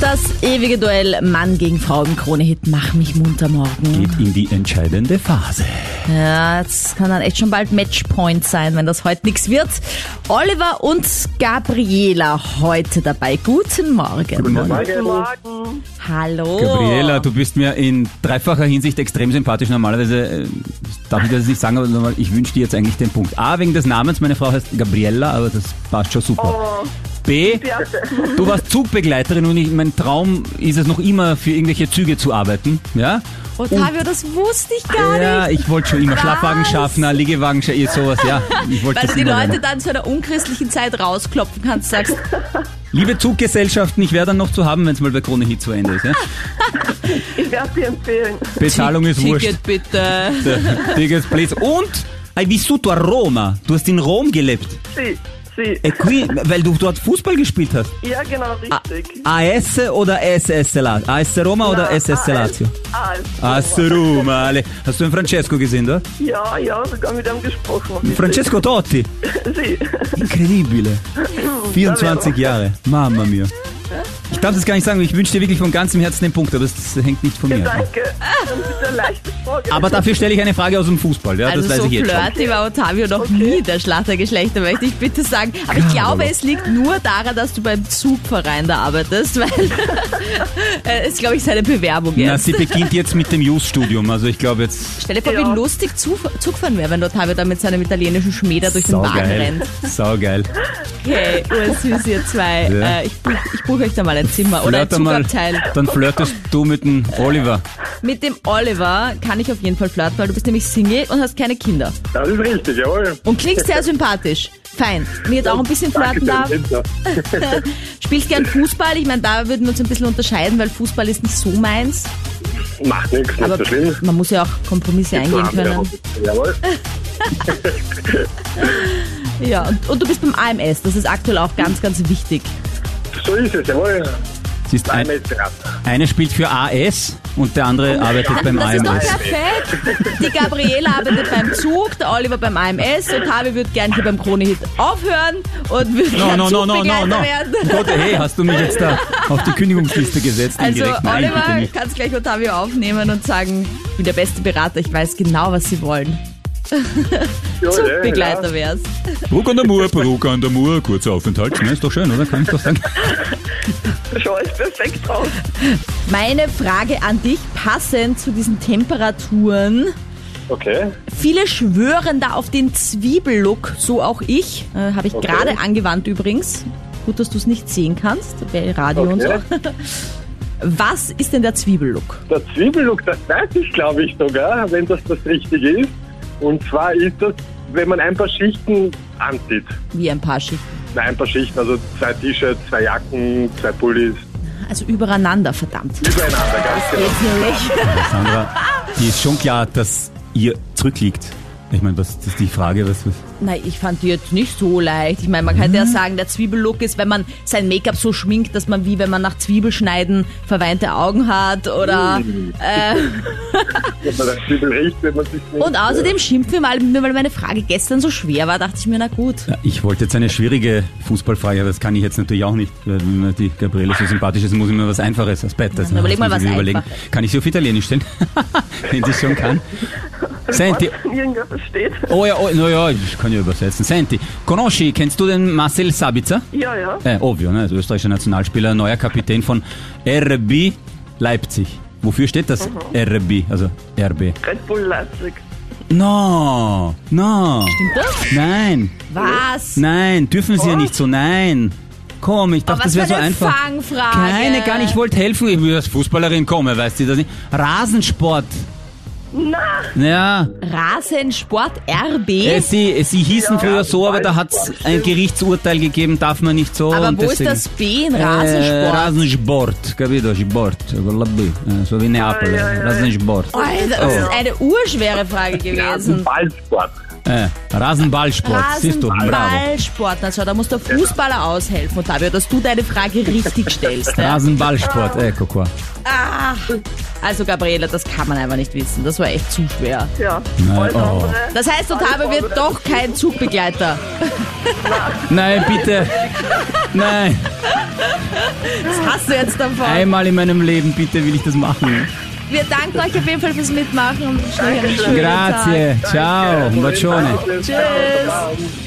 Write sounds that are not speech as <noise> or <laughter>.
Das ewige Duell Mann gegen Frau im Krone-Hit Mach mich munter morgen. geht in die entscheidende Phase. Ja, das kann dann echt schon bald Matchpoint sein, wenn das heute nichts wird. Oliver und Gabriela heute dabei. Guten Morgen. Guten Morgen. Hallo. Gabriela, du bist mir in dreifacher Hinsicht extrem sympathisch. Normalerweise äh, darf ich das jetzt nicht sagen, aber normal- ich wünsche dir jetzt eigentlich den Punkt. A, wegen des Namens. Meine Frau heißt Gabriella, aber das passt schon super. Oh. B, du warst Zugbegleiterin und ich, mein Traum ist es noch immer, für irgendwelche Züge zu arbeiten. Ja? Otavio, Oh, das wusste ich gar Ja, Ah, nicht. ich wollte schon immer Schlafwagenschaffner, Liegewagenschaffner, sowas, ja. Ich wollte Weil das du die immer Leute werden. dann zu einer unchristlichen Zeit rausklopfen kannst, sagst, Liebe Zuggesellschaften, ich wäre dann noch zu haben, wenn es mal bei Krone Hit zu Ende ist. Ja? Ah, Ich werde dir empfehlen. Bezahlung ist wurscht. Ticket bitte. <laughs> Biggest place. Und hai vissuto a Roma. Du hast in Rom gelebt. Sie, sie. E qui, weil du dort Fußball gespielt hast. Ja, genau, ah. richtig. AS oder SS Lazio? AS Roma oder SS Lazio? Ah, AS Roma. alle. Hast du den Francesco gesehen, da? Ja, ja, sogar mit ihm gesprochen. Francesco Totti. Sie. <laughs> Incredibile. 24 Jahre. Mamma mia. Ich darf das gar nicht sagen, ich wünsche dir wirklich von ganzem Herzen den Punkt, aber das hängt nicht von mir ab. Danke. Dann bitte leichte Frage. Aber dafür stelle ich eine Frage aus dem Fußball, ja, Also das weiß so ich jetzt schon. flirty war Otavio noch nie der Schlachtergeschlechter, möchte ich bitte sagen. Aber ich Carolo. glaube, es liegt nur daran, dass du beim Zugverein da arbeitest, weil <laughs> äh, ist, glaube ich, seine Bewerbung Na, jetzt. sie beginnt jetzt mit dem Jus-Studium, also ich glaube jetzt... Stell dir vor, Ja. wie lustig Zug, Zugfahren wäre, wenn Otavio da mit seinem italienischen Schmäh da durch den Also Wagen rennt. Saugeil. Okay, ursüß ihr zwei. Ja. Äh, ich buche ich buch euch da mal ein Zimmer oder ein Flirt einmal, Zugabteil. Dann flirtest du mit dem Oliver. Mit dem Oliver kann ich auf jeden Fall flirten, weil du bist nämlich Single und hast keine Kinder. Das ist richtig, jawohl. Und klingst sehr sympathisch. Fein. Wenn ich jetzt auch ein bisschen flirten darf. Winter. Spielst gern Fußball? Ich meine, da würden wir uns ein bisschen unterscheiden, weil Fußball ist nicht so meins. Macht nichts, nicht Aber so schlimm. man muss ja auch Kompromisse So eingehen haben wir können. auch- Jawohl. Ja, und, und du bist beim AMS. Das ist aktuell auch ganz, ganz wichtig. So ist es, jawohl. Sie ist ein, Einmal ist dran. eine spielt für AS und der andere arbeitet Ah, beim Oh Das ist doch AMS. perfekt. Die Gabriele arbeitet beim Zug, der Oliver beim AMS und Tavi würde gern hier beim Krone-Hit aufhören und würde No, gern no, no, no, no, Zugbegleiter no. werden. Oh Gott, hey, hast du mich jetzt da auf die Kündigungsliste gesetzt? Also indirekt? Nein, bitte Oliver nicht. kann es gleich Otavio aufnehmen und sagen, ich bin der beste Berater, ich weiß genau, was sie wollen. <laughs> Jawohl, ja, Zugbegleiter wär's. Bruck an der Mur, Bruck an der Mur, kurzer Aufenthalt. Ne, ist doch schön, oder? Kann ich doch sagen. Schau ich perfekt aus. Meine Frage an dich, passend zu diesen Temperaturen. ja. Okay. Viele schwören da auf den Zwiebellook, so auch ich. Äh, Habe ich Okay. gerade angewandt übrigens. Gut, dass du es nicht sehen kannst, bei Radio und so. Okay. Was ist denn der Zwiebellook? <laughs> Der Zwiebellook, das weiß ich, glaube ich sogar, wenn das das Richtige ist. Und zwar ist das, wenn man ein paar Schichten anzieht. Wie ein paar Schichten. Nein, ein paar Schichten, also zwei T-Shirts, zwei Jacken, zwei Pullis, Also übereinander, verdammt. <laughs> übereinander, ganz genau. Jetzt nämlich. Sandra, die ist schon klar, dass ihr zurückliegt. Ich meine, was das ist die Frage? Was, was, Nein, ich fand die jetzt nicht so leicht. Ich meine, man könnte Mhm. ja sagen, der Zwiebellook ist, wenn man sein Make-up so schminkt, dass man wie wenn man nach Zwiebelschneiden verweinte Augen hat oder. Mhm. Wenn man das Zwiebel riecht, wenn man sich nicht... Äh. Und außerdem schimpfen wir mal, nur weil meine Frage gestern so schwer war, dachte ich mir, na gut. Ja, Ich wollte jetzt eine schwierige Fußballfrage, aber das kann ich jetzt natürlich auch nicht. weil Wenn mir die Gabriele so sympathisch ist, muss ich mir was Einfaches als Bett. Also dann überleg mal muss ich was mir überlegen. Einfaches. Kann ich sie auf Italienisch stellen? <laughs> Wenn sie es schon kann. Senti, Irgendwas steht. oh ja, oh, no, ja, ich kann ja übersetzen. Senti, conosci, kennst du den Marcel Sabitzer? Ja, ja. Äh, obvio, ne? Also österreichischer Nationalspieler, neuer Kapitän von RB Leipzig. Wofür steht das Mhm. RB? Also RB. Red Bull Leipzig. No, no, nein. Was? Nein, dürfen Sie ja nicht so, nein. Komm, ich dachte, Aber was das wäre für so eine einfach. Fangfrage. Keine, gar nicht, ich wollte helfen. Ich will als Fußballerin komme, weißt du das nicht? Rasensport. Na, Ja, Rasensport RB? äh, sie, sie hießen früher so, aber da hat es ein Gerichtsurteil gegeben, darf man nicht so. Aber und wo ist deswegen- das B in Äh, Rasensport? Rasensport, capito? Sport, quello B, äh, so wie Neapel, ja, ja. Rasensport. Alter, das ist eine urschwere Frage gewesen. Ballsport. Äh, Rasenballsport, siehst du, bravo. Rasenballsport. Also da muss der Fußballer aushelfen, Ottavio, dass du deine Frage richtig stellst. Ja? Rasenballsport, äh, ecco qua. Ah. Also Gabriela, das kann man einfach nicht wissen. Das war echt zu schwer. Ja, Nein, alles oh. andere. Das heißt, Ottavio wird doch kein Zugbegleiter. Nein, <laughs> bitte. Nein, Das hast du jetzt davon. einmal in meinem Leben, bitte will ich das machen. Wir danken euch auf jeden Fall fürs Mitmachen und wünschen euch einen schönen Tag. Grazie, ciao, un bacione. Danke. Tschüss.